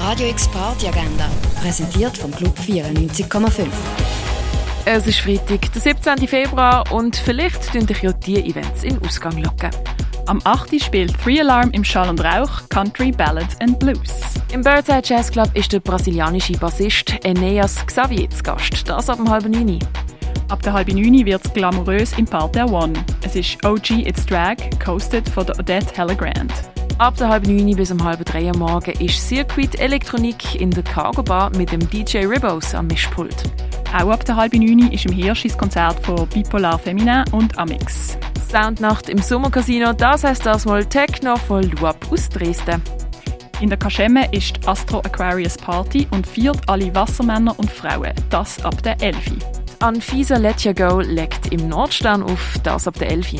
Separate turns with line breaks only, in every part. Radio X Party Agenda, präsentiert vom Club 94,5.
Es ist Freitag, der 17. Februar und vielleicht tun dich ja diese Events in Ausgang locken.
Am 8. spielt Three Alarm im Schall und Rauch Country Ballads and Blues.
Im Birdside Jazz Club ist der brasilianische Bassist Eneas Xavier zu Gast, das ab dem halben Neun.
Ab der halben 9 wird's glamourös im Parterre One. Es ist OG It's Drag, coasted von der Odette Hellegrand.
Ab der halben neun bis um halb drei am Morgen ist Circuit Elektronik in der Cargo Bar mit dem DJ Ribos am Mischpult.
Auch ab der halben 9 ist im Hirsch das Konzert von Bipolar Feminin und Amix.
Soundnacht im Sommercasino, das heißt das mal Techno voll Luab aus Dresden.
In der Kaschemme ist die Astro Aquarius Party und feiert alle Wassermänner und Frauen. Das ab der 11.
Anfisa Let Your Go legt im Nordstern auf, das ab der 11.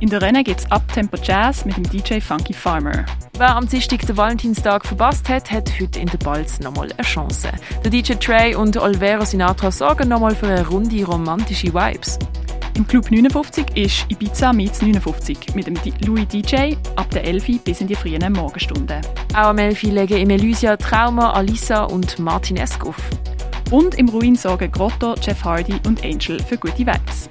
In der Renne geht's ab Tempo Jazz mit dem DJ Funky Farmer.
Wer am Dienstag den Valentinstag verpasst hat, hat heute in der Balz nochmal eine Chance. Der DJ Trey und Olvero Sinatra sorgen nochmal für eine runde romantische Vibes.
Im Club 59 ist Ibiza Meets 59 mit dem Di- Louis DJ ab der 11 bis in die frühen Morgenstunden.
Auch am 11 legen im Elysia Trauma, Alisa und Martinesque auf.
Und im Ruin sorgen Grotto, Jeff Hardy und Angel für gute Vibes.